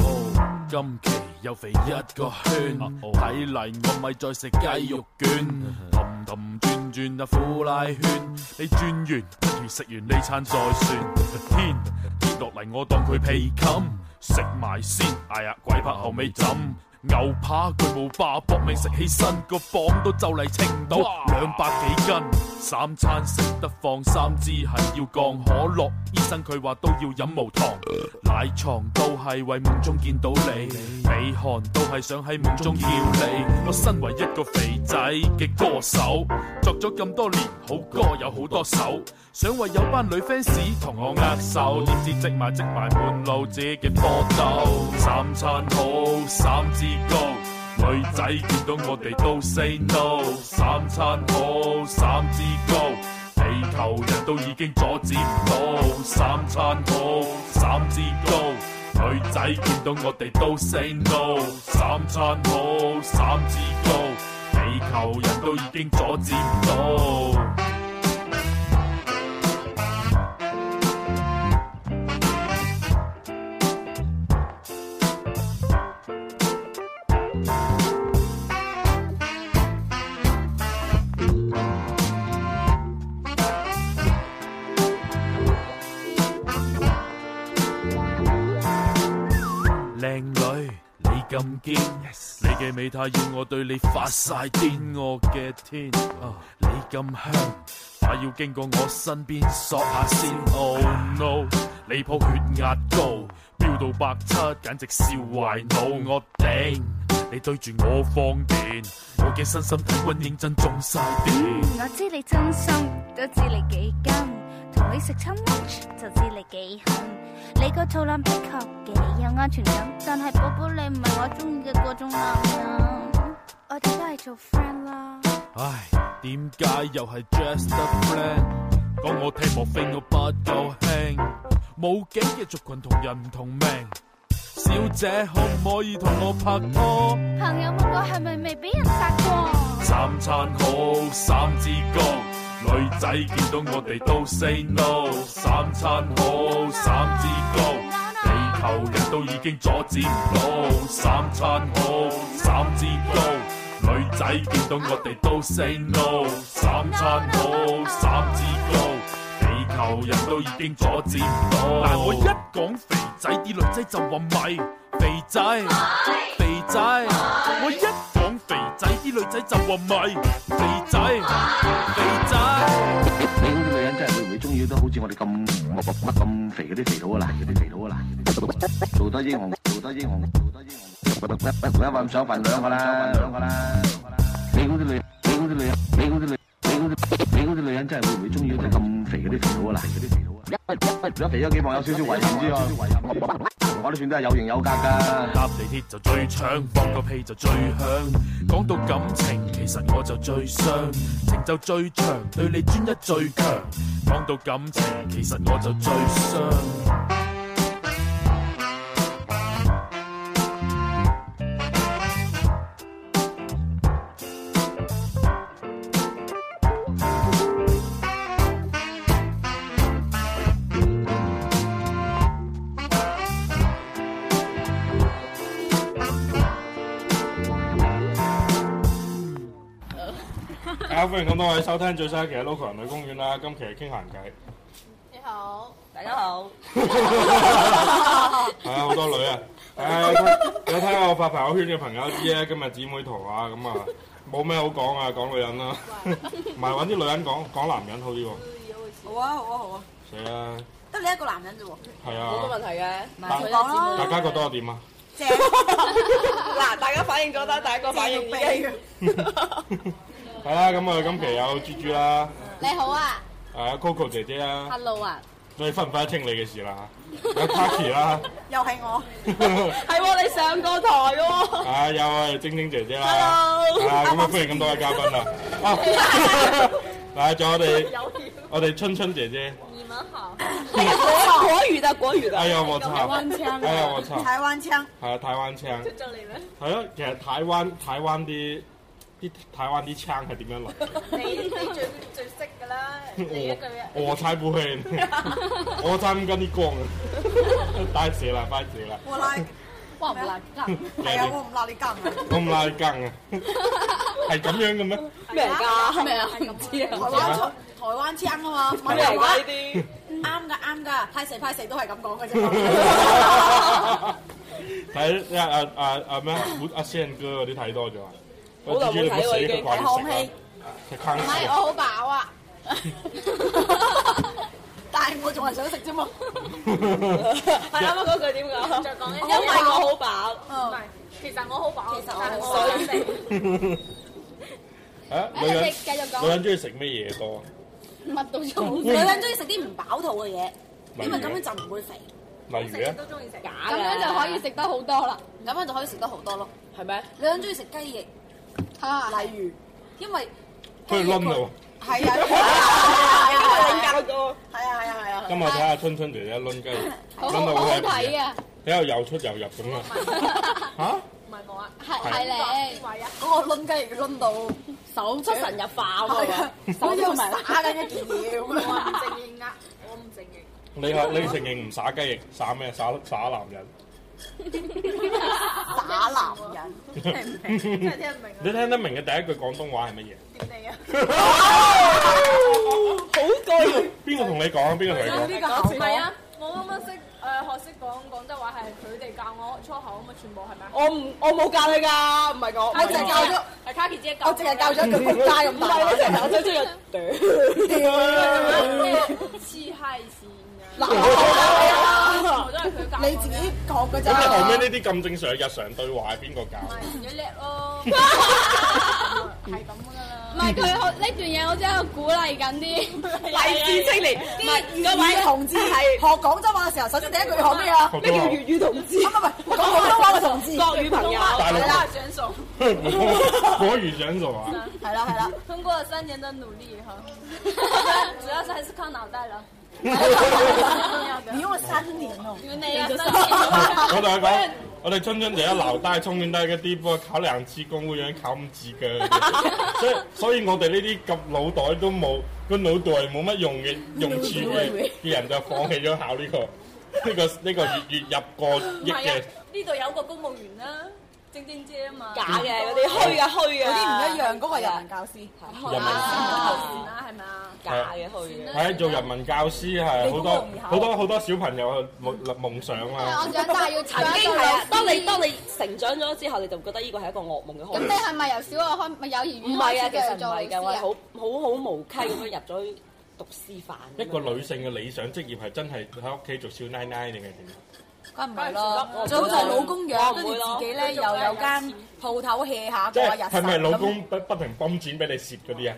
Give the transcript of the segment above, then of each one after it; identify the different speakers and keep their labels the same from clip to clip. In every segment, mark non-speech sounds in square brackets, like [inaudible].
Speaker 1: 哦今期又肥一個圈，睇嚟我咪再食雞肉卷，氹氹轉轉啊呼拉圈，你轉完不如食完呢餐再算。天跌落嚟我當佢被冚，食埋先，哎呀鬼拍後尾枕。牛扒巨無霸搏命食起身，個磅都就嚟稱到兩百幾斤。三餐食得放三支係要降可樂，醫生佢話都要飲無糖。賴床都係為夢中見到你，美韓都係想喺夢中叫你。我身為一個肥仔嘅歌手，作咗咁多年好歌有好多首，想為有班女 fans 同我握手，點知積埋積埋半路自己波鬥。三餐好三支高。女仔見到我哋都 say no，三餐好三支高，地球人都已經阻止唔到，三餐好三支高，女仔見到我哋都 say no，三餐好三支高，地球人都已經阻止唔到。靚啊女，你咁堅，你嘅美態要我對你發晒癲，我嘅天，啊你咁香，快要經過我身邊索下先，Oh no，你鋪血壓高，飆到百七，簡直笑壞腦，我頂，你對住我放電，我嘅身心體溫認真中晒電。
Speaker 2: 我知你真心，都知你幾金，同你食餐 lunch 就知你幾狠。你個肚腩的確幾有安全感，但係寶寶你唔係我中意嘅嗰種男人。我哋都係做 friend 啦。
Speaker 1: 唉，點解又係 just a friend？講我聽莫非我不夠輕？冇景嘅族群同人唔同命。小姐可唔可以同我拍拖？
Speaker 2: 朋友問我係咪未俾人殺過？
Speaker 1: 三餐好，三支高，女仔見到我哋都 say no。三餐好，三支高，地球人都已經阻止唔到。三餐好，三支高，女仔見到我哋都 say no。三餐好，三支高。地球人都已經阻止唔到。但我一講肥仔，啲女仔就話咪肥仔，肥仔。我一講肥仔，啲女仔就話咪肥仔，肥仔。
Speaker 3: 你好，啲女人真係會唔會中意都好似我哋咁惡乜咁肥嗰啲肥佬啊，嗱，嗰啲肥佬啊，嗱，做得英雄，做得英雄，做得英雄，不不不，一揾上份兩個啦，兩個啦。你嗰啲女，你嗰啲女，你嗰啲女，你嗰啲，你嗰啲女人真係會唔會中意我哋咁肥嗰啲肥佬啊，嗱，嗰啲肥佬啊。一肥咗幾磅有少少遺憾之外，我都算都係有型有格㗎。
Speaker 1: 搭地鐵就最搶，放個屁就最響。講到感情，其實我就最傷，情就最長，對你專一最強。講到感情，其實我就最傷。
Speaker 4: 大家歡迎咁多位收聽最新一期嘅 Local 人類公園啦，今期係傾閒偈，
Speaker 5: 你好，
Speaker 6: 大家好，
Speaker 4: 係啊，好多女啊，唉，有睇我發朋友圈嘅朋友知啊，今日姊妹淘啊，咁啊，冇咩好講啊，講女人啦，唔係揾啲女人講講男人好啲喎，
Speaker 6: 好啊好啊好啊，
Speaker 4: 死啦，
Speaker 5: 得你一個男人啫喎，
Speaker 4: 係
Speaker 7: 冇乜
Speaker 4: 啊，
Speaker 7: 問題嘅，
Speaker 6: 咪
Speaker 7: 佢有
Speaker 5: 講咯
Speaker 7: 姊
Speaker 4: 大家覺得我點啊？
Speaker 5: 正
Speaker 7: 妹嗱，大家反應咗啦，第一個反應已經
Speaker 4: 係啦，咁啊，今期有豬豬啦，
Speaker 5: 你好啊
Speaker 4: 誒有 Coco 姐姐啦，
Speaker 5: ，Hello 啊，
Speaker 4: 你分唔分得清你嘅事啦？有 Kaki 啦，
Speaker 5: 又係我，
Speaker 7: 係喎，你上過台嘅喎。 [laughs]
Speaker 4: 啊有啊晶晶姐姐啦。
Speaker 7: Hello，
Speaker 4: 啊，咁啊，歡迎咁多位嘉賓啦！啊， [laughs] 嗱，仲有我哋我哋春春姐姐，
Speaker 7: 哎呀，果果語的果語
Speaker 4: 哎
Speaker 7: 的，
Speaker 4: 呀，我操！哎呀，我操！
Speaker 5: 台灣腔，
Speaker 4: 係啊，台灣腔。出咗嚟咩？係咯，其實台灣台灣啲啲台灣啲腔係點樣嚟？
Speaker 5: 你你最最識㗎啦，你一句啊，
Speaker 4: 我我才不會， [laughs] 我才唔跟你講啊！快死啦，快死啦！
Speaker 5: 我拉哇唔難㗎，
Speaker 6: 係啊，我唔鬧你夾唔
Speaker 4: 我唔拉更啊，係咁樣嘅咩？
Speaker 7: 咩嚟㗎？
Speaker 5: 咩啊？唔知
Speaker 6: 台
Speaker 5: 啊。
Speaker 6: 灣台台灣黐啱啊嘛，
Speaker 7: 咩
Speaker 6: 買
Speaker 7: 嚟
Speaker 6: 嚟
Speaker 7: 㗎呢
Speaker 6: 玩
Speaker 7: 啲？
Speaker 6: 啱㗎啱㗎，派四派四都係咁講
Speaker 4: [laughs]
Speaker 6: 嘅啫。
Speaker 4: 睇啊啊啊啊咩？阿阿 Sam 哥嗰啲睇多咗啊！
Speaker 7: 好耐冇睇喎已經
Speaker 4: 睇
Speaker 6: 睇康熙
Speaker 4: 食康
Speaker 5: 唔係，
Speaker 4: 熙啊
Speaker 5: 我好飽啊！
Speaker 6: [laughs] 但係我仲係想食啫嘛。
Speaker 7: 係啱啱嗰句點講？
Speaker 5: 再講一
Speaker 7: 因為我好飽。
Speaker 5: 唔係，其實我好飽，
Speaker 6: 其實我
Speaker 5: 但係
Speaker 6: 好
Speaker 5: 我想食。
Speaker 4: 啊！
Speaker 5: 誒
Speaker 4: 女人
Speaker 5: 你繼續講
Speaker 4: 女人中意食咩嘢多？
Speaker 5: 乜都做，
Speaker 6: 女人中意食啲唔飽肚嘅嘢，因為
Speaker 4: 例如
Speaker 6: 咁
Speaker 4: 咧
Speaker 6: 樣就唔會肥，
Speaker 4: 例如咧，
Speaker 5: 中意食。
Speaker 6: 假
Speaker 5: 咁樣就可以食得好多啦。
Speaker 6: 咁樣就可以食得好多咯。
Speaker 7: 係咩？
Speaker 6: 女人中意食雞翼，例
Speaker 5: 嚇，
Speaker 6: 如，因為
Speaker 4: 佢哋攆咯。
Speaker 6: 係 [laughs] 啊，係啊，
Speaker 7: 因為你教過。
Speaker 6: 係啊，係啊，係啊，
Speaker 4: 今日睇下春春姐姐攆雞，
Speaker 5: 好
Speaker 4: 攆
Speaker 5: 好
Speaker 4: 到
Speaker 5: 好好
Speaker 4: 睇
Speaker 5: 睇！啊！
Speaker 4: 睇下又出又入咁
Speaker 5: [laughs]
Speaker 4: 啊！嚇？
Speaker 5: 唔係我啊，係係你。係啊，
Speaker 6: 嗰個攆雞翼攆到手
Speaker 7: 出神入化
Speaker 6: 係
Speaker 7: 喎
Speaker 6: 啊，，手都埋打緊一件嘢咁
Speaker 5: 我唔
Speaker 6: 樣。
Speaker 5: 承認啊，我唔承認。
Speaker 4: 你話你承認唔耍雞翼，耍咩？耍耍男人。
Speaker 6: 打男人，
Speaker 5: 真係聽唔明啊！
Speaker 4: 你聽得明嘅第一句廣東話係乜嘢？
Speaker 5: 點你啊？
Speaker 7: 好句。
Speaker 4: 邊個同你講？邊個同你講？
Speaker 6: 呢個口
Speaker 5: 唔係啊，我啱啱識誒學識講廣州話係佢哋教我粗口啊嘛，全部係咪啊？
Speaker 7: 我唔我冇教你㗎，唔係講。
Speaker 6: 我淨係教咗，
Speaker 5: 係卡奇姐教。
Speaker 6: 我淨係教咗一句國家咁
Speaker 7: 唔係你真係
Speaker 6: 大。
Speaker 7: 我真係有
Speaker 5: 黐閪線㗎！
Speaker 6: 嗱，我
Speaker 5: 全部都係佢
Speaker 6: [laughs]
Speaker 5: 教。
Speaker 6: 你自己講嘅
Speaker 4: 咁
Speaker 6: 咋。
Speaker 4: 後尾呢啲咁正常嘅日常對話係邊個教？
Speaker 5: 你叻
Speaker 6: [laughs]
Speaker 5: 咯，係咁㗎啦。
Speaker 8: 唔係佢好呢段嘢，我真係鼓勵緊啲。
Speaker 7: 勵志青年，唔係各
Speaker 6: 粵語
Speaker 7: 位
Speaker 6: 同志
Speaker 7: 係
Speaker 6: 學廣州話嘅時候，首先第一句學咩啊？
Speaker 7: 咩叫粵語同志？
Speaker 6: 唔係唔係，講廣州話嘅同志。
Speaker 7: 國語朋友。
Speaker 5: 啊
Speaker 4: 大陸 [laughs]
Speaker 5: 大選手，
Speaker 4: 國語想做啊？
Speaker 6: 係啦係啦，
Speaker 5: 通過三年的努力哈， [laughs] 主要是還是靠腦袋
Speaker 6: [laughs]
Speaker 5: [laughs] 了。
Speaker 6: 你用了三年哦。
Speaker 5: [laughs] 你們呀，三年。
Speaker 4: 我同你講，我哋春春就一留低，充遠低嗰啲，不過考兩次公會樣考唔至
Speaker 5: [laughs]
Speaker 4: 嘅，所以所以我哋呢啲咁腦袋都冇個腦袋冇乜用嘅用處嘅嘅人就放棄咗考呢個呢個呢個月月入過億
Speaker 5: 唔係
Speaker 4: 嘅
Speaker 5: 啊，呢度有個公務員啦，晶晶姐啊嘛。
Speaker 7: 假嘅嗰啲，虛嘅虛嘅，
Speaker 6: 有啲唔一樣，嗰個人民教師。
Speaker 4: 人民。
Speaker 5: 啦，係咪啊？
Speaker 7: 假嘅虛嘅。
Speaker 4: 係做人民教師係好多好多好多小朋友嘅夢夢想啊！
Speaker 8: 我長大要
Speaker 7: 曾
Speaker 8: 做一
Speaker 7: 經
Speaker 8: 個
Speaker 7: 係
Speaker 8: 老
Speaker 7: 啊，
Speaker 8: 師。
Speaker 7: 當你當你成長咗之後，你就覺得呢個係一個噩夢嘅
Speaker 8: 咁
Speaker 7: 開
Speaker 8: 你
Speaker 7: 始。
Speaker 8: 係咪由小學開咪幼兒
Speaker 7: 唔
Speaker 8: 園
Speaker 7: 係啊，
Speaker 8: 開
Speaker 7: 其
Speaker 8: 始
Speaker 7: 實
Speaker 8: 就
Speaker 7: 唔
Speaker 8: 做老
Speaker 7: 係嘅，我係
Speaker 8: 師
Speaker 7: 好
Speaker 8: 啊？
Speaker 7: 好好無稽咁樣入咗去讀師範。
Speaker 4: 一個女性嘅理想職業係真係喺屋企做少奶奶定係點？
Speaker 6: 梗唔係咯，最好就係老公養，跟住自己咧又有間鋪頭 hea 下
Speaker 4: 即
Speaker 6: 過日
Speaker 4: 係
Speaker 6: 神
Speaker 4: 係咪老公不不停泵錢俾你蝕嗰啲啊？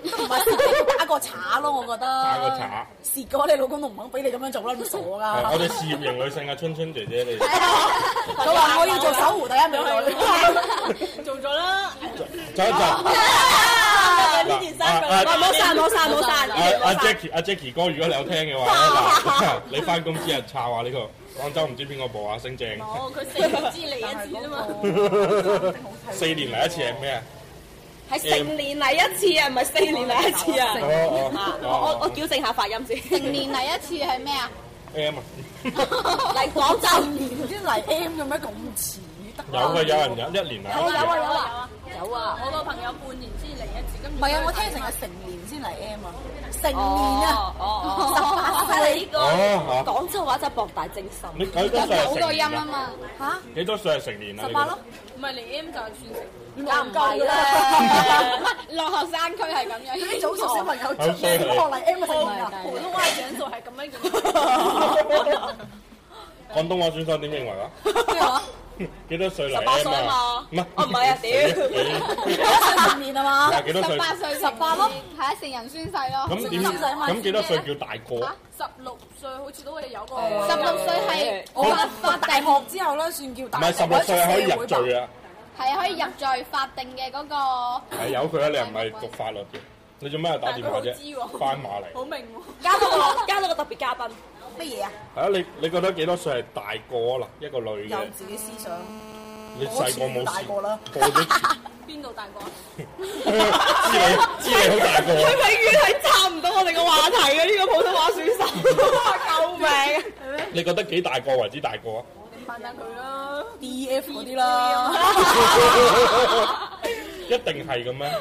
Speaker 6: 唔係打個岔咯？我覺得
Speaker 4: 打個岔。
Speaker 6: 蝕嘅話，你老公都唔肯俾你咁樣做啦，咁傻
Speaker 4: 係我
Speaker 6: 噶！ [laughs]
Speaker 4: 哋事業型女性嘅春春姐姐，你
Speaker 6: 佢話我要做守護第一美女，
Speaker 7: 做咗啦，
Speaker 4: 走一走。
Speaker 7: 呢件衫
Speaker 4: 啊啊
Speaker 7: 唔好散，唔好散，唔好
Speaker 4: 阿
Speaker 7: 散，呢件唔好
Speaker 4: 阿
Speaker 7: 散。
Speaker 4: Jackie 阿 Jackie 哥，如果你有聽嘅
Speaker 7: [laughs]
Speaker 4: 話咧，嗱，你翻工之日抄下呢個廣州唔知邊個部啊，星正
Speaker 7: 哦
Speaker 5: 冇，佢四年之嚟一次啫嘛。
Speaker 4: 四年嚟一次
Speaker 7: [laughs]
Speaker 4: 係咩啊？
Speaker 7: 係成年嚟一次啊，唔係四年嚟一次啊。
Speaker 4: 哦
Speaker 7: 啊
Speaker 4: 哦
Speaker 7: 我我我
Speaker 4: 哦
Speaker 7: 矯正下發音先。
Speaker 8: 成年嚟一次係咩啊？
Speaker 4: ，M 啊，
Speaker 7: 嚟廣州
Speaker 6: 唔知嚟 M 咁樣咁似得。
Speaker 4: 有嘅，有人有一年嚟一次啊。
Speaker 5: 有啊，
Speaker 7: 有啊，
Speaker 5: 我個朋友半年先嚟一次，跟住
Speaker 6: 唔係啊，我聽成係成年先嚟 M 啊，成年啊，
Speaker 7: 哦
Speaker 6: 十八
Speaker 7: 係
Speaker 6: 歲
Speaker 7: 呢個
Speaker 4: 哦嚇，
Speaker 7: 廣州話真係博大精深。
Speaker 4: 你幾多歲係
Speaker 8: 有九
Speaker 4: 成
Speaker 8: 個音
Speaker 4: 年
Speaker 8: 啊
Speaker 4: 啊？
Speaker 8: 嘛。
Speaker 6: 嚇，
Speaker 4: 幾多歲係成年啊？
Speaker 6: 十八咯。
Speaker 5: 唔係嚟 M 就算成，
Speaker 7: 夠唔夠 [laughs]
Speaker 8: 唔係落後山區係咁
Speaker 6: 嗰
Speaker 8: 樣。
Speaker 6: 啲早熟小朋友中學嚟 M 嘅成年啊，
Speaker 5: 普通話講數係咁樣
Speaker 4: 廣
Speaker 5: 嘅。
Speaker 4: 東話選手點認為啊？
Speaker 6: 咩話？
Speaker 4: [laughs] 幾多歲
Speaker 7: 十八
Speaker 4: 嚟
Speaker 7: 歲
Speaker 4: M 啊
Speaker 7: 啊嘛？
Speaker 4: 唔係，
Speaker 7: 哦唔係啊
Speaker 4: [laughs]
Speaker 7: 屌
Speaker 6: 成年啊嘛，
Speaker 4: 係幾多歲
Speaker 8: 十？八歲
Speaker 6: [laughs] 十八咯，
Speaker 8: 係啊，成人宣誓咯。
Speaker 4: 咁點？
Speaker 6: 十八
Speaker 4: 咁幾多歲叫大個？
Speaker 5: 十六歲好似都會有個
Speaker 8: 十六歲
Speaker 6: 我
Speaker 8: 係
Speaker 6: 話
Speaker 8: 法
Speaker 6: 發
Speaker 8: 定，
Speaker 6: 大學之後咧，算叫
Speaker 4: 唔
Speaker 6: 大
Speaker 4: 係十六歲係可以入罪啊！
Speaker 8: 係可以入罪法定嘅嗰個
Speaker 4: 係由佢啊！你又唔係讀法律嘅，你做咩又打電話
Speaker 5: 但係佢好知
Speaker 4: 啫？
Speaker 5: 喎
Speaker 4: 翻馬嚟
Speaker 5: 好明喎。
Speaker 7: 加
Speaker 9: [laughs]
Speaker 7: 多個加多個特別嘉賓，
Speaker 6: 乜嘢啊？
Speaker 4: 係啊！你你覺得幾多歲係大個啊？嗱，一個女
Speaker 6: 有
Speaker 4: 嘅，
Speaker 6: 自己思想，
Speaker 4: 你細個冇
Speaker 6: 大
Speaker 4: 試
Speaker 6: 個啦，
Speaker 4: 我都知
Speaker 5: 邊度大個啊？
Speaker 4: [laughs] 知你知你好大個
Speaker 7: 佢
Speaker 4: 啊
Speaker 7: 永！遠係插唔到我哋個話題
Speaker 9: [laughs]
Speaker 7: 嘅呢個普通話選手，救命！
Speaker 4: 你覺得幾大個為之大個啊？
Speaker 5: 問下佢啦。
Speaker 6: D F 嗰啲啦，
Speaker 4: 一定係咁啊咩？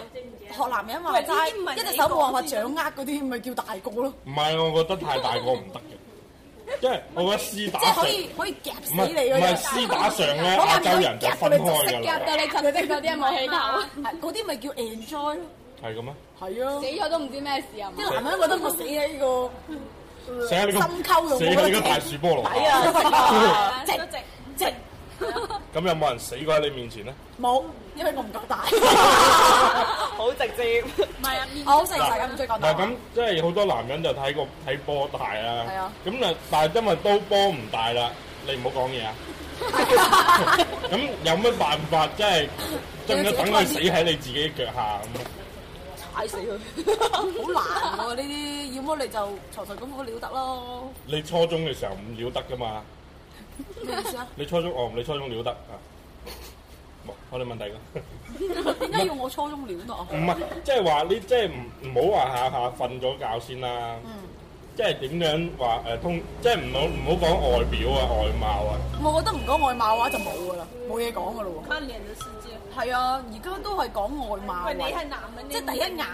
Speaker 6: 學男人話齋，一隻手冇辦法掌握嗰啲，咪叫大個咯，
Speaker 4: 唔係，我覺得太大個唔得嘅，因為我覺得私打
Speaker 6: 即係
Speaker 4: 上
Speaker 6: 可以可以夾死
Speaker 4: 唔
Speaker 6: 你
Speaker 4: 係
Speaker 6: 嗰
Speaker 4: 唔係
Speaker 6: 啲。
Speaker 4: 私打上咧，亞洲人就分開㗎
Speaker 8: 夾
Speaker 4: 啦，
Speaker 8: 到你窒息嗰啲有冇起頭？
Speaker 6: 係嗰啲咪叫 enjoy 咯，
Speaker 4: 係咁咩？
Speaker 6: 係啊
Speaker 8: 死。咗都唔知咩事啊！
Speaker 6: 啲男人覺得我死喺呢個
Speaker 4: 死喺你個
Speaker 6: 深溝度
Speaker 4: 死喺你個大樹菠蘿
Speaker 6: 底
Speaker 4: 下，
Speaker 6: 啊，直直直
Speaker 4: 咁有冇人死過喺你面前咧？
Speaker 6: 冇，因為我唔夠
Speaker 5: [laughs]
Speaker 6: 大，
Speaker 7: [laughs]
Speaker 6: [laughs]
Speaker 7: 好直接，
Speaker 6: 我好細細啊咁追講
Speaker 4: 嗱
Speaker 6: 大。
Speaker 4: 咁即係好多男人就睇個睇波大啦，
Speaker 6: 係啊
Speaker 4: 咁啊但係因為都波唔大啦，你唔好講
Speaker 6: [laughs]
Speaker 4: 嘢啊！咁有乜辦法即係
Speaker 6: [laughs]
Speaker 4: 真係等佢死喺你自己腳下咁？啊
Speaker 6: 踩死佢，好難喎呢啲，要麼你就床上功夫了得咯，
Speaker 4: 你初中嘅時候唔了得噶嘛？
Speaker 6: 咩意思
Speaker 5: [laughs]
Speaker 6: 啊？
Speaker 4: 你初中哦，你初中了得啊？冇我哋問第二個。
Speaker 6: 點解要我初中了得啊？
Speaker 4: 唔係，即係話呢，即係唔唔好話下下瞓咗覺先啦。即係點樣話誒通？即係唔好唔好講外表啊、外貌啊。
Speaker 6: 我覺得唔講外貌嘅話就冇噶啦，冇嘢講噶啦喎。看臉嘅世界。係啊，而家都係講外貌。
Speaker 5: 喂，你係男人，
Speaker 6: 即係第一眼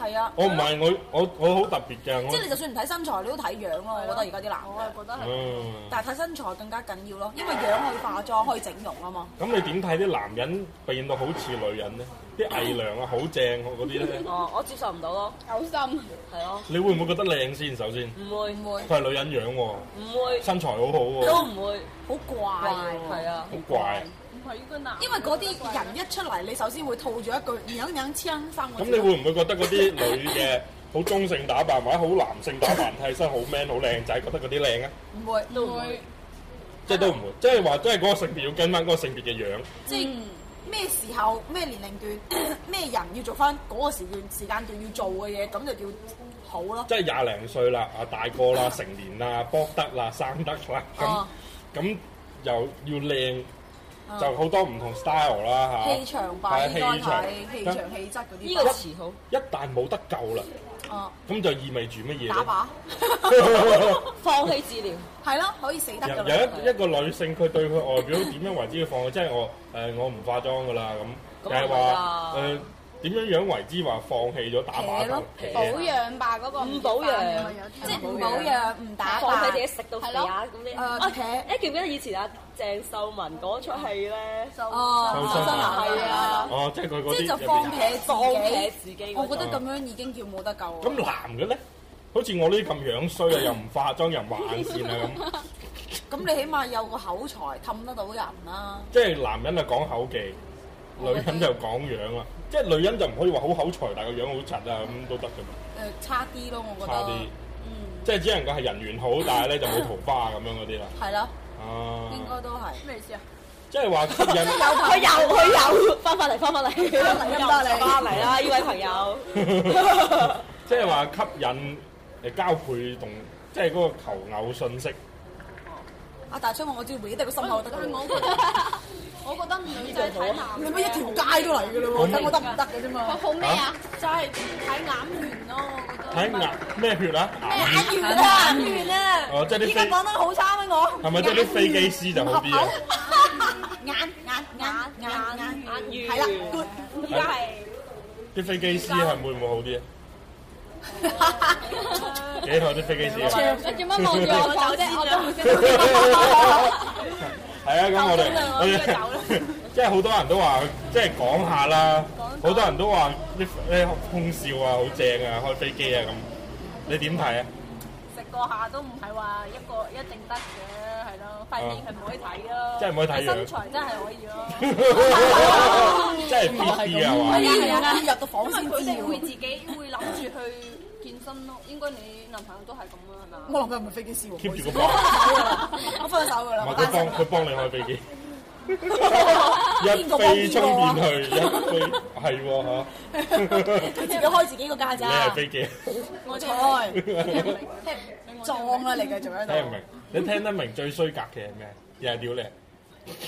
Speaker 6: 係啊，
Speaker 4: 我唔係我我我好特別嘅，
Speaker 6: 即係你
Speaker 4: 我
Speaker 6: 就算唔睇身材，你都睇樣咯。我覺得而家啲男
Speaker 5: 我係
Speaker 6: 嘅，
Speaker 5: 覺得係
Speaker 4: 嗯。
Speaker 6: 但係睇身材更加緊要咯，因為樣可以化妝，可以整容啊嘛。
Speaker 4: 咁你點睇啲男人變到好似女人咧？啲偽娘啊，好正嗰啲咧，
Speaker 7: [laughs]
Speaker 9: 哦，我接受唔到咯，
Speaker 8: 嘔心，
Speaker 9: 係咯，
Speaker 4: 你會唔會覺得靚先？首先，
Speaker 9: 唔會唔會
Speaker 4: 佢係女人樣喎，
Speaker 9: 唔會
Speaker 4: 身材好好
Speaker 9: 都
Speaker 4: 喎，
Speaker 9: 唔會
Speaker 6: 好怪喎，
Speaker 9: 係啊，
Speaker 4: 好怪。
Speaker 5: 唔係呢個男，
Speaker 6: 因為嗰啲人一出嚟，你首先會套住一句樣樣千生。
Speaker 4: 咁你會唔會覺得嗰啲女嘅好中性打扮或者好男性打扮，睇起身好 man 好靚仔，覺得嗰啲靚啊？
Speaker 6: 唔會？
Speaker 9: 都唔會
Speaker 4: 即係都唔會，即係話即係嗰個性別要跟翻嗰個性別嘅樣。
Speaker 6: 即
Speaker 9: 嗯
Speaker 6: 係咩時候、咩年齡段、 [coughs] 咩人要做翻嗰個時段、時間段要做嘅嘢，咁就叫好咯。
Speaker 4: 即係廿零歲啦，啊大個啦，成年啦，搏得啦，生得啦，咁
Speaker 6: 啊
Speaker 4: 咁又要靚，
Speaker 6: 啊
Speaker 4: 就好多唔同 style 啦
Speaker 6: 氣
Speaker 4: 嚇。
Speaker 6: 場吧，應該
Speaker 4: 係氣場
Speaker 6: 係氣場氣質嗰
Speaker 9: 呢
Speaker 6: 啲
Speaker 9: 個
Speaker 6: 吧。
Speaker 9: 詞好
Speaker 4: 一旦冇得救啦，
Speaker 6: 哦，
Speaker 4: 咁就意味住乜嘢
Speaker 6: 打
Speaker 4: 咧？
Speaker 6: 靶 [laughs]
Speaker 9: 放棄治療，
Speaker 6: 係咯，可以死得
Speaker 4: [laughs] 有
Speaker 6: 㗎啦。
Speaker 4: 有一一個女性，佢對佢外表點樣為之要放棄？即係我誒、我唔化妝噶啦，咁就
Speaker 9: 咁
Speaker 4: 係話
Speaker 9: 我
Speaker 4: 誒點樣樣為之話放棄咗打靶
Speaker 6: 撇咯
Speaker 4: 就啊撇
Speaker 9: 保養吧嗰個唔保養，
Speaker 6: 即係唔保養、唔打
Speaker 9: 放棄自
Speaker 6: 靶呃
Speaker 9: 己。食到肥啊咁你。
Speaker 6: 誒
Speaker 9: 啊
Speaker 6: 撇
Speaker 9: 你記唔記得以前啊鄭秀文嗰出戲咧？
Speaker 6: 哦，
Speaker 4: 瘦身
Speaker 6: 真
Speaker 4: 啊
Speaker 6: 係啊，
Speaker 4: 哦，即係佢嗰啲
Speaker 6: 即係就
Speaker 4: 入邊
Speaker 6: 放撇
Speaker 9: 放棄
Speaker 6: 自己。
Speaker 9: 自己嗰種，
Speaker 6: 我覺得咁樣已經叫冇得救啊。
Speaker 4: 咁男嘅咧，好似我呢啲咁樣衰啊，又唔化妝又唔畫眼線啊咁，
Speaker 6: [laughs] 咁你起碼有個口才氹得到人啦。
Speaker 4: 即係男人就講口技，女人就講樣啊。即係女人就唔可以話好口才，但係個樣好柒啊咁都得㗎嘛，
Speaker 5: 呃
Speaker 6: 誒，差啲咯，我覺
Speaker 4: 差啲
Speaker 6: 得。。嗯，
Speaker 4: 即係只能夠係人緣好，但係咧就冇桃花咁樣嗰啲啦。
Speaker 6: 係咯，
Speaker 4: 啊，
Speaker 6: 應該都係。
Speaker 5: 咩意思啊？
Speaker 4: 即係
Speaker 6: [laughs]
Speaker 4: 話吸引。 [laughs]
Speaker 9: 佢有佢有，翻返嚟翻返嚟，翻
Speaker 6: [laughs] 嚟返嚟
Speaker 9: 翻嚟啦！呢位朋友， [laughs]
Speaker 4: 即係話吸引誒交配同即係嗰個求偶信息，
Speaker 6: 阿大昌話我只要搲得個心口就得㗎啦。
Speaker 5: 我覺得女仔睇男
Speaker 6: 你
Speaker 5: 嘅
Speaker 6: 乜一條街都嚟㗎啦喎，睇我得唔得嘅啫嘛。
Speaker 8: 好咩啊？
Speaker 5: 就係睇眼緣咯，我
Speaker 4: 啊睇眼咩
Speaker 5: [laughs] 覺得。
Speaker 4: 血啊？眼
Speaker 6: 眼緣啊，眼緣啊！
Speaker 4: 哦，即係啲
Speaker 6: 依家
Speaker 4: 飛
Speaker 6: 講得好差咩我？
Speaker 4: 係咪即係啲飛機師就好啲啊？
Speaker 6: 眼眼眼眼眼
Speaker 9: 眼
Speaker 6: 係啦，good，
Speaker 4: 而家係啲飛機師係會唔會好啲 [laughs] 啊？幾好啲飛機師 [laughs]
Speaker 8: 你
Speaker 4: 啊！
Speaker 8: 做乜望住我走啫？我都唔識。
Speaker 4: 係啊，咁我哋我哋 [laughs] 即係好多人都話，即係講下啦。好多人都話啲啲空少啊，好正啊，開飛機啊咁。你點睇 [laughs] 啊？
Speaker 5: 食過下都唔係話一個一定得嘅，係咯，塊面係唔可以睇咯，
Speaker 4: 嗯即係唔可以睇樣啊
Speaker 5: 身材真係可以咯。
Speaker 4: 即係 fit 啲啊嘛！
Speaker 6: 係啊，入到房
Speaker 5: 因為
Speaker 6: 先
Speaker 5: 佢
Speaker 6: 知喎。
Speaker 5: 哋會自己會諗住去健身咯，應該你男朋友都係咁啦，係咪啊？
Speaker 6: 我男朋友唔係飛機師喎，
Speaker 4: keep 住個
Speaker 6: 我
Speaker 4: 波
Speaker 6: 我分咗手㗎啦，
Speaker 4: 唔
Speaker 6: 我
Speaker 4: 係佢
Speaker 6: 單身
Speaker 4: 幫佢幫你開飛機，一飛沖
Speaker 10: 啊
Speaker 4: 變去，一飛係喎嚇，
Speaker 10: [laughs]
Speaker 6: 佢自己開自己個家
Speaker 4: 你
Speaker 6: 咋。
Speaker 4: 係飛機，
Speaker 6: 我錯，撞啦你繼續喺
Speaker 4: 聽唔
Speaker 6: 度。
Speaker 4: 明？你聽得明最衰格嘅係咩？又係屌你。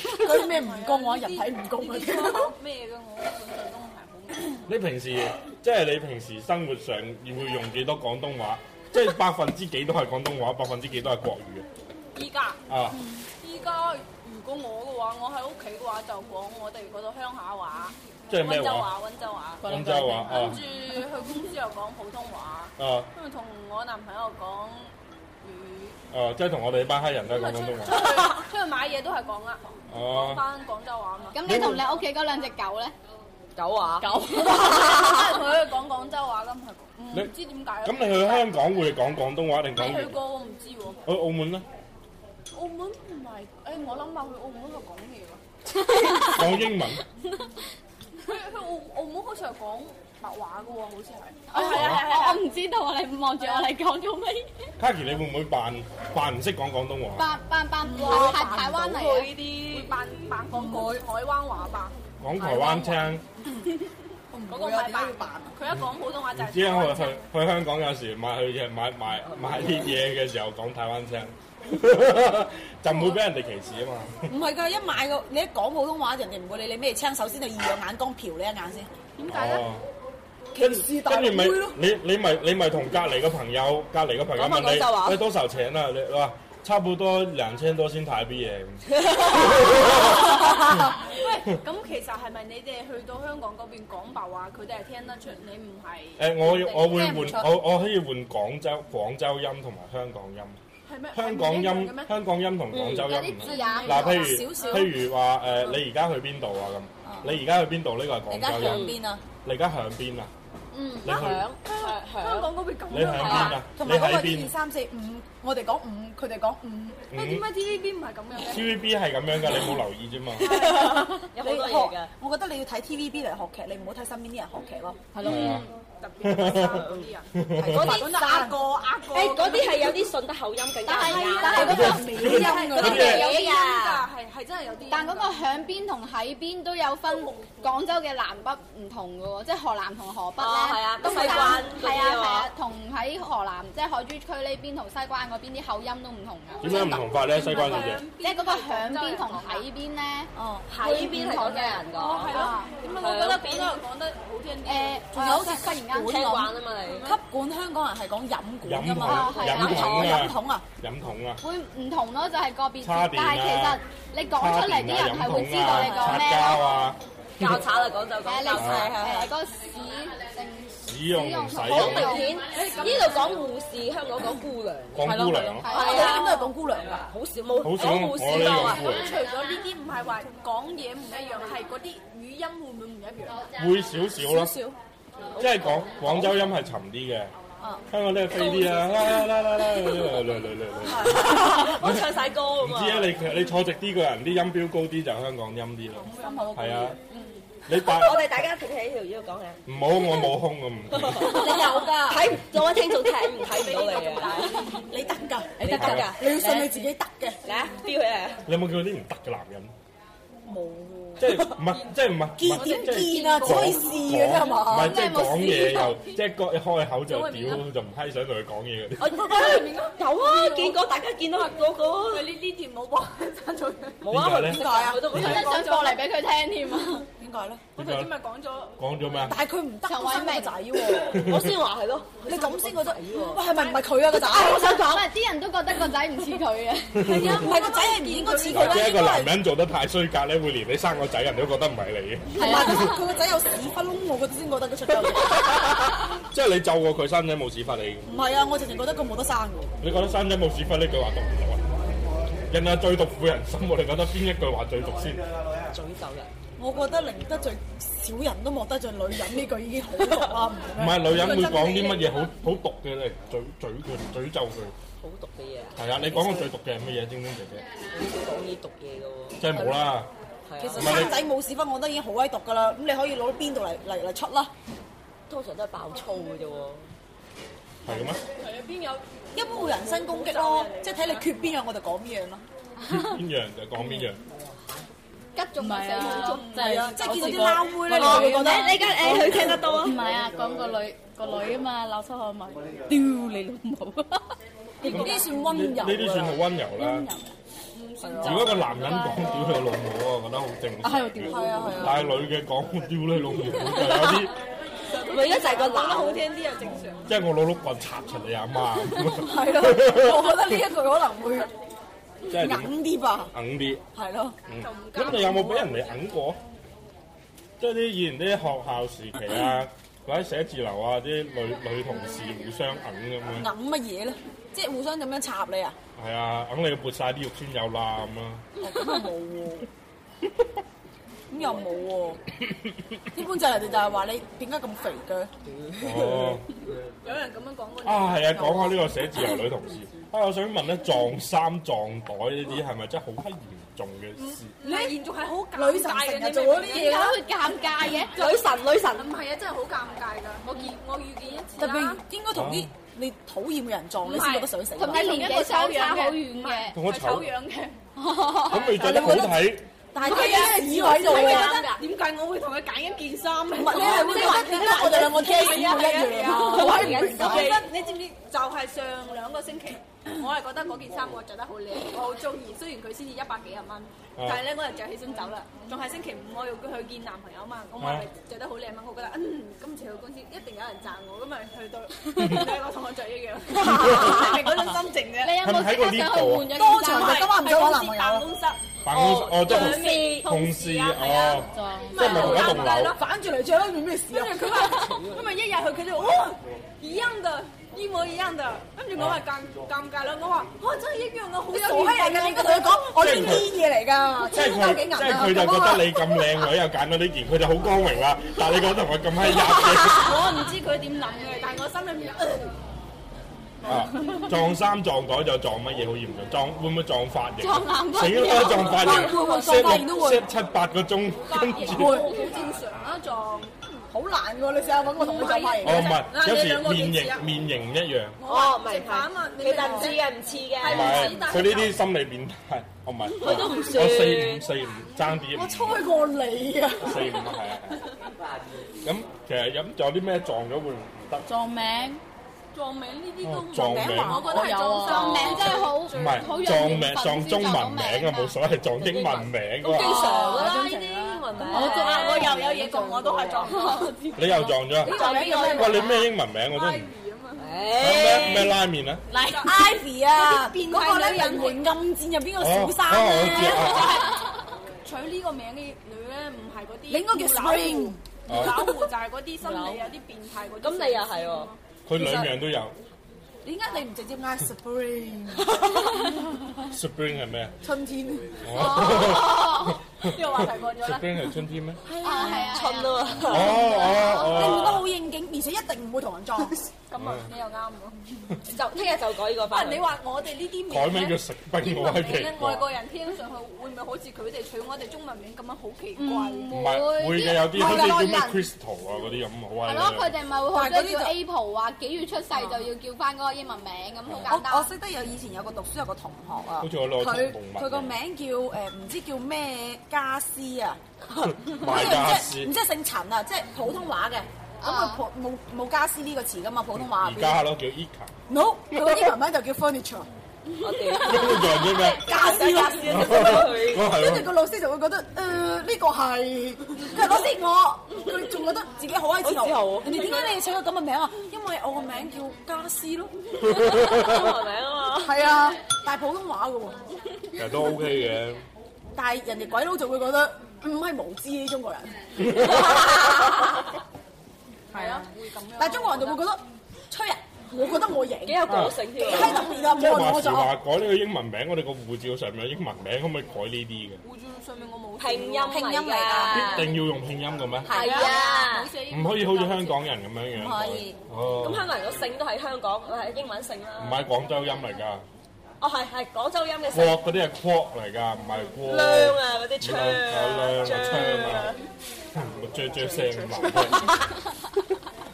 Speaker 6: 嗰啲咩蜈蚣啊，人體蜈蚣嗰啲。
Speaker 5: 咩嘅我本身都唔係好明。
Speaker 4: 你平時即係你平時生活上會用幾多廣東話？即係百分之幾都係廣東話，百分之幾都係國語
Speaker 5: 依家
Speaker 4: 啊！
Speaker 7: Ừ,
Speaker 5: 依家如
Speaker 10: 果我嘅
Speaker 7: à,
Speaker 10: 話，我喺屋企嘅話就講我哋嗰度鄉下話，
Speaker 4: 即係咩
Speaker 10: 温州
Speaker 4: 話？
Speaker 7: à,
Speaker 10: 話，温州話。
Speaker 4: 廣州話
Speaker 10: 跟
Speaker 4: 哦
Speaker 10: 住去公司又講普通話，
Speaker 4: 哦
Speaker 10: 跟住同我男朋友講粵
Speaker 4: 哦，即係同我哋班黑人都係講廣
Speaker 10: 語，
Speaker 4: 東
Speaker 10: 咁
Speaker 4: 話。
Speaker 10: 啊出去出去買嘢都係講啦，講
Speaker 4: 哦，
Speaker 10: 翻廣州話嘛。 [laughs]
Speaker 5: 咁你同你屋企嗰兩隻狗咧？
Speaker 7: 狗啊，
Speaker 5: 狗。
Speaker 10: 同佢講廣州話咁 [laughs] 係，唔知點解。
Speaker 4: 咁你去香港會講廣東話定講
Speaker 10: 你去
Speaker 4: 粵？
Speaker 10: 過我唔知喎。
Speaker 4: 去澳門咧，
Speaker 10: 澳門唔係，誒、我諗下去澳門係講咩㗎？
Speaker 4: 講英文。
Speaker 10: 佢佢澳澳門好似係講白話㗎喎，好似係。
Speaker 5: 我
Speaker 10: 係啊係啊
Speaker 5: 我
Speaker 10: [laughs]
Speaker 5: 唔知道啊！你望住我嚟講做咩？
Speaker 4: Kaki，你會唔會扮扮唔識講廣東話？
Speaker 5: 扮扮扮
Speaker 7: à,
Speaker 10: 哇
Speaker 5: 係台灣嚟
Speaker 10: 扮
Speaker 5: 嘅，
Speaker 10: 呢啲扮扮講海海灣話吧，
Speaker 4: 講台灣聽，
Speaker 10: 嗰個唔
Speaker 6: à,
Speaker 10: 係扮，佢一講普通話就係
Speaker 4: 只
Speaker 10: 台灣
Speaker 4: 係去
Speaker 10: 腔。
Speaker 4: 去去香港有時買去嘢買買買啲嘢嘅時候講台灣聲，就唔會俾人哋歧視啊嘛。
Speaker 6: 唔係㗎，一買個你一講普通話，人哋唔會理你咩青，首先就異樣眼光瞟你一眼先。
Speaker 10: 點解咧？
Speaker 4: 哦，跟住跟住咪你你咪你咪同隔離嘅朋友，隔離嘅朋友
Speaker 7: 講下廣州
Speaker 4: 問
Speaker 7: 話
Speaker 4: 你，你多少錢啊？你你話差不多兩千多先睇 B 嘢咁。
Speaker 10: 喂，咁其實係咪你哋去到香港嗰邊講白話，佢哋係聽得出，你唔 [laughs]
Speaker 4: 誒、
Speaker 10: 係？
Speaker 4: 我我會
Speaker 6: 聽唔出
Speaker 4: 換我我可以換廣州廣州音同埋香港音，
Speaker 10: 係咩？
Speaker 4: 香港
Speaker 10: 係唔一樣
Speaker 4: 音
Speaker 10: 嘅咩？
Speaker 4: 香港音同廣州
Speaker 5: 有
Speaker 4: 音唔
Speaker 5: 啲
Speaker 4: 同
Speaker 5: 字。眼
Speaker 4: 嗱，譬如
Speaker 6: 少少
Speaker 4: 譬如話誒、呃你而家去邊度啊咁？你而家去邊度？呢個係
Speaker 6: 你而
Speaker 4: 廣
Speaker 6: 家
Speaker 4: 州
Speaker 6: 響
Speaker 4: 音。
Speaker 6: 邊啊？
Speaker 4: 你而家響邊啊？
Speaker 5: 嗯，
Speaker 4: 你去
Speaker 7: 響響
Speaker 10: 香
Speaker 7: 響，
Speaker 10: 港嗰邊咁
Speaker 4: 啊你響
Speaker 10: 樣
Speaker 4: 邊
Speaker 10: 㗎。
Speaker 4: 啊？
Speaker 6: 同
Speaker 4: 你
Speaker 6: 埋嗰個
Speaker 4: 喺
Speaker 6: 一二
Speaker 4: 邊？
Speaker 6: 三四五，我哋講五，佢哋講五。
Speaker 10: 喂，點解 TVB 唔係咁樣嘅？
Speaker 4: TVB 係咁樣㗎，你冇留意啫嘛。
Speaker 7: 有好
Speaker 6: 你
Speaker 7: 多嘢㗎
Speaker 6: 學，，我覺得你要睇 TVB 嚟學劇，你唔好睇身邊啲人學劇
Speaker 4: [laughs]
Speaker 6: 咯。
Speaker 5: 係
Speaker 4: 係
Speaker 5: 咯
Speaker 4: 啊。
Speaker 10: 特別係嗰啲人。
Speaker 7: 嗰
Speaker 6: 嗰
Speaker 7: 啲
Speaker 6: 啲呃過呃過，
Speaker 7: 誒嗰啲係有啲順德口音更加
Speaker 5: 但係
Speaker 7: 啱
Speaker 5: 但係嗰個
Speaker 6: 美音㗎
Speaker 5: 嗰啲
Speaker 10: 有啲
Speaker 5: 嘢啊！
Speaker 10: 㗎，係係真係有啲。
Speaker 5: 但嗰個響邊同喺邊都有分廣州嘅南北唔同嘅喎，即係河南同河北咧，
Speaker 7: 哦係啊
Speaker 5: 東
Speaker 7: 西關
Speaker 5: 山
Speaker 7: 嗰啲
Speaker 5: 係
Speaker 7: 啊
Speaker 5: 啊係
Speaker 7: 嘛
Speaker 5: 啊，同喺河南即係海珠區呢邊同西關嗰邊啲口音都唔同
Speaker 4: [laughs]
Speaker 5: 㗎，
Speaker 4: 點解唔同法咧？西關小姐，
Speaker 5: 即係嗰個響邊同喺邊咧，
Speaker 6: 哦，
Speaker 7: 喺邊係咁嘅人
Speaker 10: 哦，係咯。點
Speaker 7: 講，
Speaker 10: 解我覺得廣州人講得好聽啲？
Speaker 6: 仲有好似
Speaker 5: 誒忽然間
Speaker 6: 吸
Speaker 7: 聽
Speaker 6: 管
Speaker 7: 慣啊嘛你。
Speaker 6: 吸管香港人係講飲管㗎嘛，
Speaker 5: 飲筒飲
Speaker 4: 筒啊
Speaker 6: 飲筒飲筒啊，
Speaker 4: 飲筒啊，
Speaker 5: 會唔同咯，就係個別
Speaker 4: 叉電
Speaker 5: 啲，但係其實
Speaker 4: 啊
Speaker 5: 你講出嚟啲人係會知道你講
Speaker 4: 擦
Speaker 5: 咩
Speaker 4: 膠
Speaker 5: 咯。
Speaker 4: 啊，
Speaker 7: 教炒啦，講就
Speaker 5: 誒，
Speaker 7: 講
Speaker 5: 你
Speaker 7: 教炒，
Speaker 6: 係
Speaker 5: 誒
Speaker 6: 係
Speaker 5: 嗰個市定
Speaker 4: 使用唔使
Speaker 7: 好
Speaker 4: 用
Speaker 7: 明顯。呢度講護士，香港講姑娘，
Speaker 4: 講姑娘咯，
Speaker 5: 係
Speaker 6: 我哋應該係講姑娘㗎。
Speaker 7: 好少冇
Speaker 4: 好
Speaker 7: 講
Speaker 4: 少
Speaker 7: 護
Speaker 4: 我呢
Speaker 7: 士
Speaker 4: 用
Speaker 7: 啊。
Speaker 4: 姑娘
Speaker 10: 除咗呢啲唔係話講嘢唔一樣，係嗰啲語音會唔會唔一樣？
Speaker 4: 會少少咯。
Speaker 6: 少少，
Speaker 4: 即係廣廣州音係沉啲嘅，香港咧飛啲啊，啦啦啦啦啦嚟嚟嚟嚟。
Speaker 7: 我唱晒歌啊
Speaker 4: 唔
Speaker 7: 嘛
Speaker 4: 知。啊，你你坐直啲個人，啲音標高啲就香港音啲咯。
Speaker 6: 心口
Speaker 4: 係啊，你扮
Speaker 7: 我哋大家企喺條腰講嘅，
Speaker 4: 唔好，我冇胸啊，唔
Speaker 7: 你有㗎，睇唔各位聽眾睇唔睇唔到你啊？
Speaker 6: 你得㗎，
Speaker 7: 你得㗎，
Speaker 6: 你要信你自己得嘅。
Speaker 7: 嚟啊，飆佢啊！
Speaker 4: 你有冇見過啲唔得嘅男人？
Speaker 6: 冇
Speaker 4: 即係唔係即係唔係
Speaker 6: 見點見啊，只可以試嘅啫係
Speaker 4: 唔
Speaker 6: 嘛
Speaker 4: 係？即係講嘢又即係一開口就屌就唔閪想同佢講嘢嗰啲。
Speaker 7: 我有啊，見過大家見到啊，個個
Speaker 10: 佢呢呢段冇播，爭咗佢。
Speaker 7: 冇啊，
Speaker 4: 點解咧
Speaker 7: 佢佢都
Speaker 5: 我
Speaker 7: 冇
Speaker 5: 真係
Speaker 7: 聽過。
Speaker 5: 想播嚟俾佢聽添啊！
Speaker 6: 點解咧？
Speaker 10: 我
Speaker 4: 點
Speaker 10: 頭先
Speaker 4: 解
Speaker 10: 咪講咗，
Speaker 4: 講咗咩啊
Speaker 6: 但？係佢唔得
Speaker 5: 陳
Speaker 6: 我
Speaker 5: 偉
Speaker 6: 生個
Speaker 5: 明
Speaker 6: 仔喎，
Speaker 7: 我先話係咯，
Speaker 6: 你咁先覺得，喂係咪唔係佢啊個仔？
Speaker 5: 我想講，喂啲人都覺得個仔唔似佢嘅，
Speaker 6: 係啊，唔係個仔係唔應該似佢
Speaker 4: 或
Speaker 6: 啦，
Speaker 4: 者一
Speaker 6: 應
Speaker 4: 個男
Speaker 6: 該係
Speaker 4: 人做得太衰格咧，會連你生個仔人都覺得唔係你嘅。
Speaker 5: 係
Speaker 6: 唔係
Speaker 5: 啊，
Speaker 6: 佢個仔有屎忽窿，我覺得先覺得佢出咗嚟。
Speaker 4: 即係你咒過佢生仔冇屎忽你。
Speaker 6: 唔係啊，我直情覺得佢冇得生㗎。
Speaker 4: 你覺得生仔冇屎忽呢句話毒唔毒啊？人啊最毒婦人心，我哋覺得邊一句話最毒先？
Speaker 7: 詛咒人。
Speaker 6: 我覺得寧得罪小人都莫得罪女人呢句已經好毒啦，唔
Speaker 4: 唔係女人會講啲乜嘢好好毒嘅嚟嘴嘴佢嘴咒佢。
Speaker 7: 好毒嘅嘢啊！
Speaker 4: 係啊，你講過最毒嘅係乜嘢？晶晶姐姐，
Speaker 7: 好少講呢毒嘢嘅喎。
Speaker 4: 即係冇啦。
Speaker 7: 係啊，
Speaker 6: 其實
Speaker 4: 唔係你
Speaker 6: 生仔冇屎忽，我覺得已經好鬼毒㗎啦。咁你可以攞邊度嚟嚟嚟出啦？
Speaker 7: 通常都係爆粗嘅啫喎。
Speaker 4: 係嘅咩？
Speaker 10: 邊有
Speaker 6: 一般會人身攻擊咯，即係睇你缺邊樣我就講邊樣咯。
Speaker 4: 邊樣就講邊樣。
Speaker 5: 吉仲唔死好足，
Speaker 6: 係啊，即係見到啲撈妹咧，你就會覺得
Speaker 7: 你梗誒佢聽得到啊
Speaker 5: 唔？係啊，講個女個女啊嘛，鬧出口咪屌你老母，
Speaker 6: 呢啲算温
Speaker 4: 呢
Speaker 5: 啊
Speaker 6: 柔啊
Speaker 4: 啲算好
Speaker 6: 㗎啦。
Speaker 4: 温柔啦。如果個男人講屌你老母，我覺得好正常
Speaker 6: 係啊係
Speaker 4: 嘅。
Speaker 6: 啊
Speaker 4: 但係女嘅講屌你老母就有啲，
Speaker 7: 咪而家就係個男好聽啲啊，正常。
Speaker 4: 啊
Speaker 5: [laughs]
Speaker 4: 即係我攞碌棍插出你阿媽。
Speaker 6: 係咯，我覺得呢一句可能會
Speaker 4: 即係點
Speaker 6: 硬啲吧，
Speaker 4: 硬啲。嗯
Speaker 6: 係咯。
Speaker 4: 咁你有冇俾人哋揞過？即係啲以前啲學校時期啊，或者寫字樓啊，啲女女同事互相揞咁樣。
Speaker 6: 硬乜嘢咧？即係互相咁樣插你啊？
Speaker 4: 係啊，揞你撥晒啲肉酸有啦咁啊！
Speaker 6: 哦咁又冇喎，咁又冇喎。一般就係人哋就係話你點解咁肥嘅？
Speaker 4: 哦，
Speaker 5: 有人咁樣講過。
Speaker 4: 啊係啊，講下呢個寫字樓女同事。啊，我想問咧，撞衫撞袋呢啲係咪真係好閪嚴重嘅事？
Speaker 5: 你嚴重係好尷
Speaker 6: 女神
Speaker 5: 尬嘅，
Speaker 6: 成日
Speaker 5: 你
Speaker 6: 做
Speaker 5: 做
Speaker 6: 嗰啲
Speaker 5: 嗰啲
Speaker 8: 點
Speaker 6: 嘢
Speaker 5: 嘢
Speaker 8: 解會尷尬嘅？
Speaker 7: 女神女神，
Speaker 5: 唔係啊，真係好尷尬㗎。我見我遇見一次
Speaker 6: 特
Speaker 5: 啦
Speaker 6: 別，應該同啲你討厭嘅人撞，你先覺得想死。
Speaker 8: 同埋年紀相差好遠嘅，
Speaker 4: 同我
Speaker 5: 係醜
Speaker 4: 醜，
Speaker 5: 樣嘅，
Speaker 4: 啊咁你着得好睇，
Speaker 6: 但係佢屎喺度啊！
Speaker 7: 點解我會同佢揀一件衫咧？
Speaker 6: 唔係你係會覺得點解我哋兩個 case 一樣啊？
Speaker 7: 我
Speaker 6: 我
Speaker 7: 係忍
Speaker 5: 我覺
Speaker 7: 受
Speaker 5: 得你知唔知？就係上兩個
Speaker 6: [coughs]
Speaker 5: 星期，我係覺得嗰件衫我着得好靚，我好中意。雖然佢先至一百幾廿蚊，
Speaker 6: 啊
Speaker 5: 但係咧我就着起身走啦。仲係星期五，我要佢去見男朋友嘛，
Speaker 6: 啊
Speaker 5: 我話你着得好靚嘛，我覺得嗯，今次去公司一定有人讚我，咁咪
Speaker 6: [laughs]
Speaker 5: 去到 [laughs] 兩個同我着一樣，係嗰種心情啫。
Speaker 8: 你有
Speaker 4: 係咪
Speaker 8: 冇
Speaker 4: 喺
Speaker 8: 即
Speaker 4: 個
Speaker 8: 刻想去
Speaker 4: lift 度啊
Speaker 8: 換咗件
Speaker 6: 多
Speaker 8: 衫
Speaker 6: 場係今晚唔使揾男朋友，
Speaker 5: 辦
Speaker 6: 啊
Speaker 5: 公室，
Speaker 4: 辦公室哦都
Speaker 5: 同事
Speaker 4: 同事
Speaker 5: 啊，係啊
Speaker 4: 哦，即係咪同一棟樓？
Speaker 6: 反住嚟着啦，做咩事啊？
Speaker 5: 跟住佢
Speaker 6: [laughs]
Speaker 5: 話，咁咪一日去佢就哦，一樣的，一模一樣的。跟住我
Speaker 6: 啊
Speaker 5: 話尷尷尬啦，我話哇真係一樣啊，好有
Speaker 6: 傻閪嚟㗎！你應該同佢講，我呢啲嘢嚟㗎，
Speaker 4: 啊即係
Speaker 6: 真
Speaker 4: 佢，
Speaker 6: 係幾
Speaker 4: 即
Speaker 6: 銀啊！
Speaker 4: 係佢就覺得你咁靚女又揀到呢件，佢就好光榮啦。但係你覺得同我咁閪
Speaker 5: [laughs]
Speaker 4: 入
Speaker 5: 我唔知佢點諗嘅，但係我心裏面呃
Speaker 4: 嘅，啊撞衫撞袋就撞乜嘢好嚴重？撞會唔會撞髮型？
Speaker 8: 撞男朋
Speaker 4: 死
Speaker 8: 友
Speaker 4: 啦！撞髮型
Speaker 6: 會會會
Speaker 4: set
Speaker 6: 撞髮型都會
Speaker 4: set 七八個鐘，跟
Speaker 5: 亦
Speaker 4: 住
Speaker 5: 都好正常啊，撞
Speaker 6: 好難喎！你試下揾個同佢做乜
Speaker 4: 哦
Speaker 6: 嘢？
Speaker 4: 唔係，有時面型面型唔一樣，
Speaker 7: 哦，唔係
Speaker 5: 直板啊，
Speaker 7: 其實唔似嘅，唔似
Speaker 4: 唔
Speaker 7: 嘅。
Speaker 4: 係佢呢啲心理變態，我唔係
Speaker 7: 佢都唔算
Speaker 4: 我四五四五爭啲，
Speaker 6: 我吹過你啊！
Speaker 4: 四五係啊係啊。咁其實飲仲有啲咩撞咗會唔得？
Speaker 6: 撞名
Speaker 5: 撞名呢
Speaker 4: Ờ,
Speaker 5: 啲都唔
Speaker 4: 撞名
Speaker 5: 我覺得係撞
Speaker 8: 撞
Speaker 5: 心
Speaker 8: 名真係好
Speaker 4: 唔係撞名撞中文名啊，冇所謂，撞英文名㗎嘛。
Speaker 6: 常啦，
Speaker 7: 呢啲文名，
Speaker 6: 我做
Speaker 7: 啊，我又
Speaker 5: 有嘢講，我都係撞
Speaker 7: [laughs]
Speaker 4: 你又撞咗啊？
Speaker 6: 撞名叫咩
Speaker 4: 喂，你咩英文名我都唔咩咩
Speaker 7: 誒，
Speaker 4: 拉麵啊？
Speaker 6: ？Ivy 啊，
Speaker 5: 變
Speaker 6: 嗰個
Speaker 5: 態
Speaker 6: 咧
Speaker 5: 女
Speaker 6: 人
Speaker 5: 人
Speaker 6: 們暗箭入邊個
Speaker 4: 哦
Speaker 6: 小，
Speaker 4: 哦，
Speaker 6: 三
Speaker 4: 我知
Speaker 6: 咧，
Speaker 4: 啊。
Speaker 5: 取呢個名嘅女咧，唔係嗰啲
Speaker 6: 你應該叫 Spring。
Speaker 5: 老
Speaker 4: 哦
Speaker 5: 胡就係嗰啲心理有啲變
Speaker 6: [laughs]
Speaker 5: 態嗰啲。
Speaker 7: 咁你又係喎？
Speaker 4: 佢兩樣都有。
Speaker 6: 點解你唔直接嗌
Speaker 4: [laughs]
Speaker 6: Spring？
Speaker 4: Spring 係咩啊？
Speaker 6: 春天
Speaker 4: 哦
Speaker 5: 呢個話題過咗啦。
Speaker 4: ，Spring 係春天咩？
Speaker 6: 係
Speaker 8: 啊
Speaker 6: 啊，
Speaker 8: 係啊，
Speaker 7: 春啊嘛，
Speaker 4: 哦 ờ,
Speaker 6: 你換得
Speaker 4: 哦
Speaker 6: 好應景，而且一定唔會同人撞。
Speaker 5: 咁
Speaker 4: 嗯
Speaker 5: 啊，你又啱喎。
Speaker 7: 就聽日就改呢個
Speaker 5: 啊，
Speaker 7: 法
Speaker 5: 你
Speaker 7: 例。
Speaker 5: 話我哋呢啲
Speaker 4: 哦，
Speaker 5: 名
Speaker 4: 改
Speaker 5: 呢
Speaker 4: 名叫食冰，
Speaker 5: 英
Speaker 4: 我
Speaker 5: 文
Speaker 4: 係
Speaker 5: 名
Speaker 4: 奇
Speaker 5: 咧，外國
Speaker 4: 怪。
Speaker 5: 人聽上去會唔會好似佢哋取我哋中文名咁樣好奇怪？
Speaker 6: 嗯
Speaker 4: 唔係會嘅，有啲好似叫咩 Crystal 啊嗰啲咁，好
Speaker 8: 係
Speaker 4: 啊。
Speaker 8: 咯，佢哋咪會好多叫 Apple 啊，幾月出世
Speaker 5: Ờ.
Speaker 8: 就要叫翻嗰個英文名咁，好
Speaker 6: 我
Speaker 8: 簡
Speaker 6: 我
Speaker 8: 單。
Speaker 6: 識得有以前有個讀書有個同學啊，
Speaker 4: 好似我攞
Speaker 6: 佢
Speaker 4: 動物
Speaker 6: 佢個名叫誒呃唔知叫咩家斯啊，
Speaker 4: 賣家私
Speaker 6: 唔知係姓陳啊， [laughs] 即係普通話嘅。咁佢
Speaker 8: 啊
Speaker 6: 普冇冇家私呢個詞噶嘛？普通話入
Speaker 4: 而
Speaker 6: 邊
Speaker 4: 家咯叫 Eka，
Speaker 6: no，佢個英文名就叫 furniture
Speaker 7: 我 [laughs] 哋
Speaker 4: 咁仲有啲咩？
Speaker 6: 家私
Speaker 7: 家
Speaker 6: 啦。
Speaker 7: 私都識得佢。
Speaker 4: 哦係
Speaker 6: 跟住
Speaker 4: 喎
Speaker 6: 個老師就會覺得誒呃呢個係，佢話老師我佢仲覺得自己好閪自
Speaker 7: 好自豪
Speaker 6: 豪。人哋點解你要取個咁嘅名啊？因為我個名叫家私咯。
Speaker 7: 中文名啊嘛，
Speaker 6: 係啊，但係普通話嘅喎。
Speaker 4: 其實都 OK 嘅。
Speaker 6: 但係人哋鬼佬就會覺得唔係無知呢中國人，係啊，但係中國人就會覺得吹啊，我覺得我贏，
Speaker 7: 幾
Speaker 6: 幾
Speaker 7: 有果性添啊。
Speaker 6: 特別啊，
Speaker 4: 即係
Speaker 6: 我
Speaker 4: 話
Speaker 6: 我
Speaker 4: 時
Speaker 6: 就
Speaker 4: 話改呢個英文名，我哋個護照上面有英文名，可唔可以改呢啲嘅？
Speaker 5: 護照上面我冇
Speaker 7: 拼音
Speaker 6: 拼音嚟
Speaker 7: 㗎
Speaker 6: 㗎
Speaker 4: 一定要用拼音嘅咩？
Speaker 7: 係啊
Speaker 5: 冇。寫英
Speaker 4: 唔
Speaker 5: 文
Speaker 4: 可以好似香港人咁樣樣。
Speaker 6: 唔可以。
Speaker 4: 哦
Speaker 7: 咁。香港人個姓都係香港，係英文姓
Speaker 4: 唔
Speaker 7: 啦。
Speaker 4: 係廣州音嚟㗎，
Speaker 7: 哦，係係廣州音嘅
Speaker 4: 國
Speaker 7: 姓，
Speaker 4: 嗰啲係 q 嚟㗎，唔係國。
Speaker 7: 孃啊嗰啲槍
Speaker 4: 有
Speaker 7: 啊，
Speaker 4: 孃啊槍啊， [laughs] 咪啜啜聲咁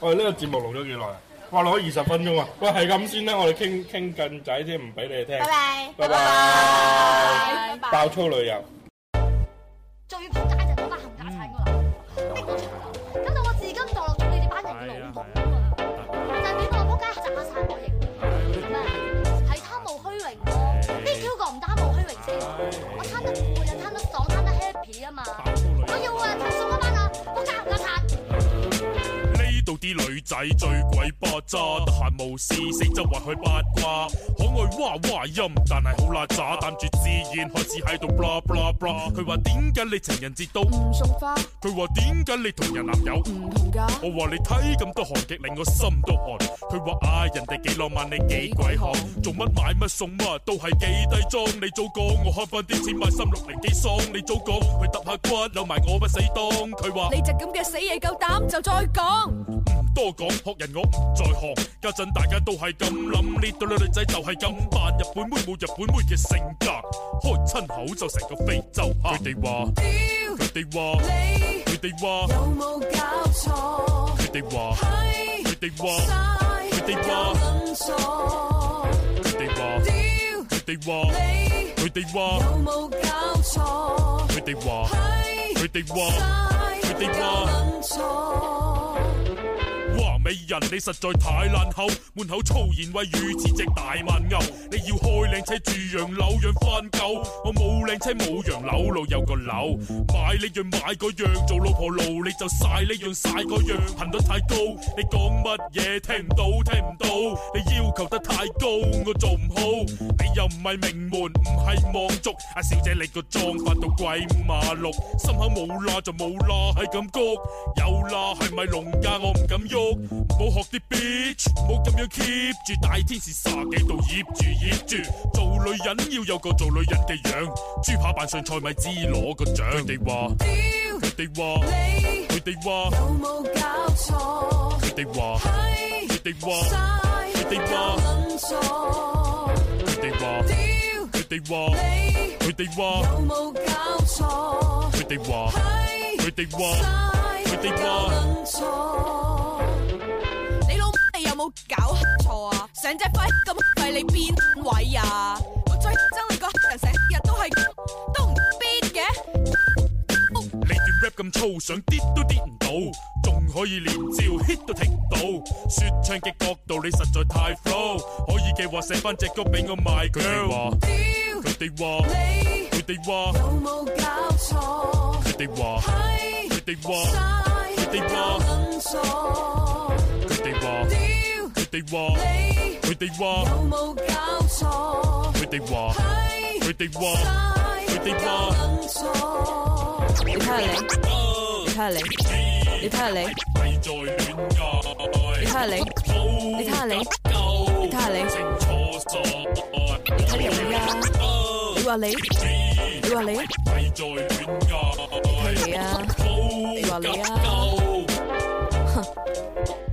Speaker 4: 我哋呢個節目錄咗幾耐啊？哇，錄咗二十分鐘啊！喂，係咁先啦，我哋傾傾近仔先，唔俾你哋聽。拜拜，拜拜，爆粗旅遊。
Speaker 11: 最仆街就係嗰班冚家產嗰個，逼我出嚟，搞到我自甘墮落咗你哋班人嘅老母啊！就係俾個仆街炸散我型，咩？係貪慕虛榮咯，邊 Q 個唔貪慕虛榮先？我貪得富就貪得爽，貪得 happy 啊嘛！我要啊，睇中一班啊，仆街冚家產！
Speaker 1: 呢度啲
Speaker 12: 啲女仔最鬼巴渣，得閒無事四周圍去八卦，可愛娃娃音，但係好邋渣，擔住支煙開始喺度 blah blah blah。佢話點解你情人節都唔送花？佢話點解你同人男友唔同㗎？我話你睇咁多韓劇令我心都寒。佢話啊人哋幾浪漫你幾鬼寒，做乜買乜送乜都係幾低裝。你早講我慳翻啲錢買三六零幾爽，你早講去揼下骨扭埋我不死當。佢話
Speaker 5: 你隻咁嘅死嘢夠膽就再講。
Speaker 12: 多講學人我唔在行，家陣大家都係咁諗，呢對女女仔就係咁扮日本妹冇日本妹嘅性格，開親口就成個非洲黑。佢哋話，佢哋話，佢哋話，
Speaker 5: 有冇搞錯？
Speaker 12: 佢哋話，
Speaker 5: 係
Speaker 12: 佢哋話，佢哋話，
Speaker 5: 撚錯，
Speaker 12: 佢哋話，佢哋話，佢哋
Speaker 5: 有
Speaker 12: 話，
Speaker 5: 冇搞錯？
Speaker 12: 佢哋話，
Speaker 5: 係
Speaker 12: 佢哋話，佢哋話。
Speaker 5: 撚錯。
Speaker 12: 哇！美人你實在太爛口，滿口粗言穢語似隻大蠻牛。你要開靚車住洋樓養番狗，我冇靚車冇洋樓，路有個樓。買呢樣買嗰樣，做老婆奴你就晒呢樣晒嗰樣，頻率太高，你講乜嘢聽唔到聽唔到，你要求得太高我做唔好，你又唔係名門唔係望族，阿小姐你個妝發到鬼五馬六，心口冇啦就冇啦係咁谷，有啦係咪龍㗎我唔敢喐，唔好學啲 bitch，唔好咁樣 keep 住大天使卅幾度醃住醃住，做女人要有個做女人嘅樣，豬扒扮上菜米芝攞個獎，佢哋話，佢哋話，佢哋話，
Speaker 5: 有冇搞錯？
Speaker 12: 佢哋話，
Speaker 5: 係
Speaker 12: 佢哋話，
Speaker 5: 嘥
Speaker 12: 佢哋
Speaker 5: 搞
Speaker 12: 話，
Speaker 5: 撚錯。
Speaker 12: 佢哋話，佢哋話，佢哋
Speaker 5: 有
Speaker 12: 話，
Speaker 5: 冇搞錯？
Speaker 12: 佢哋話，
Speaker 5: 係
Speaker 12: 佢哋話，佢
Speaker 5: 嘥
Speaker 12: 哋
Speaker 5: 搞
Speaker 12: 話。
Speaker 5: 撚錯。
Speaker 13: 你老你有冇搞錯啊？成隻肺咁肺，你邊位啊？我最憎你個人成日都係都唔邊嘅。
Speaker 12: 你段 rap 咁粗，想跌都跌唔到，仲可以連招 hit 都停唔到。說唱嘅角度你實在太 flow，可以嘅話寫翻隻歌俾我賣佢哋話，佢哋話，佢哋話，
Speaker 5: 有冇搞錯？
Speaker 12: 佢哋話，
Speaker 5: 係
Speaker 12: 佢哋話，
Speaker 5: 嘥搞撚錯。
Speaker 12: 佢哋話，佢哋話，佢哋
Speaker 5: 有
Speaker 12: 話，
Speaker 5: 冇搞錯？
Speaker 12: 佢哋話，
Speaker 5: 係
Speaker 12: 佢哋話。
Speaker 5: 嘥搞撚錯。
Speaker 1: 你睇下你，你睇下你，你睇下你，
Speaker 12: 咪再戀愛，
Speaker 1: 你睇下你，你睇下你，
Speaker 12: 夠
Speaker 1: 你睇下你
Speaker 12: 清楚所愛，你
Speaker 1: 睇你啊你話你，你話你啊，
Speaker 12: 咪再戀愛。
Speaker 1: 你啊，你話你啊。哼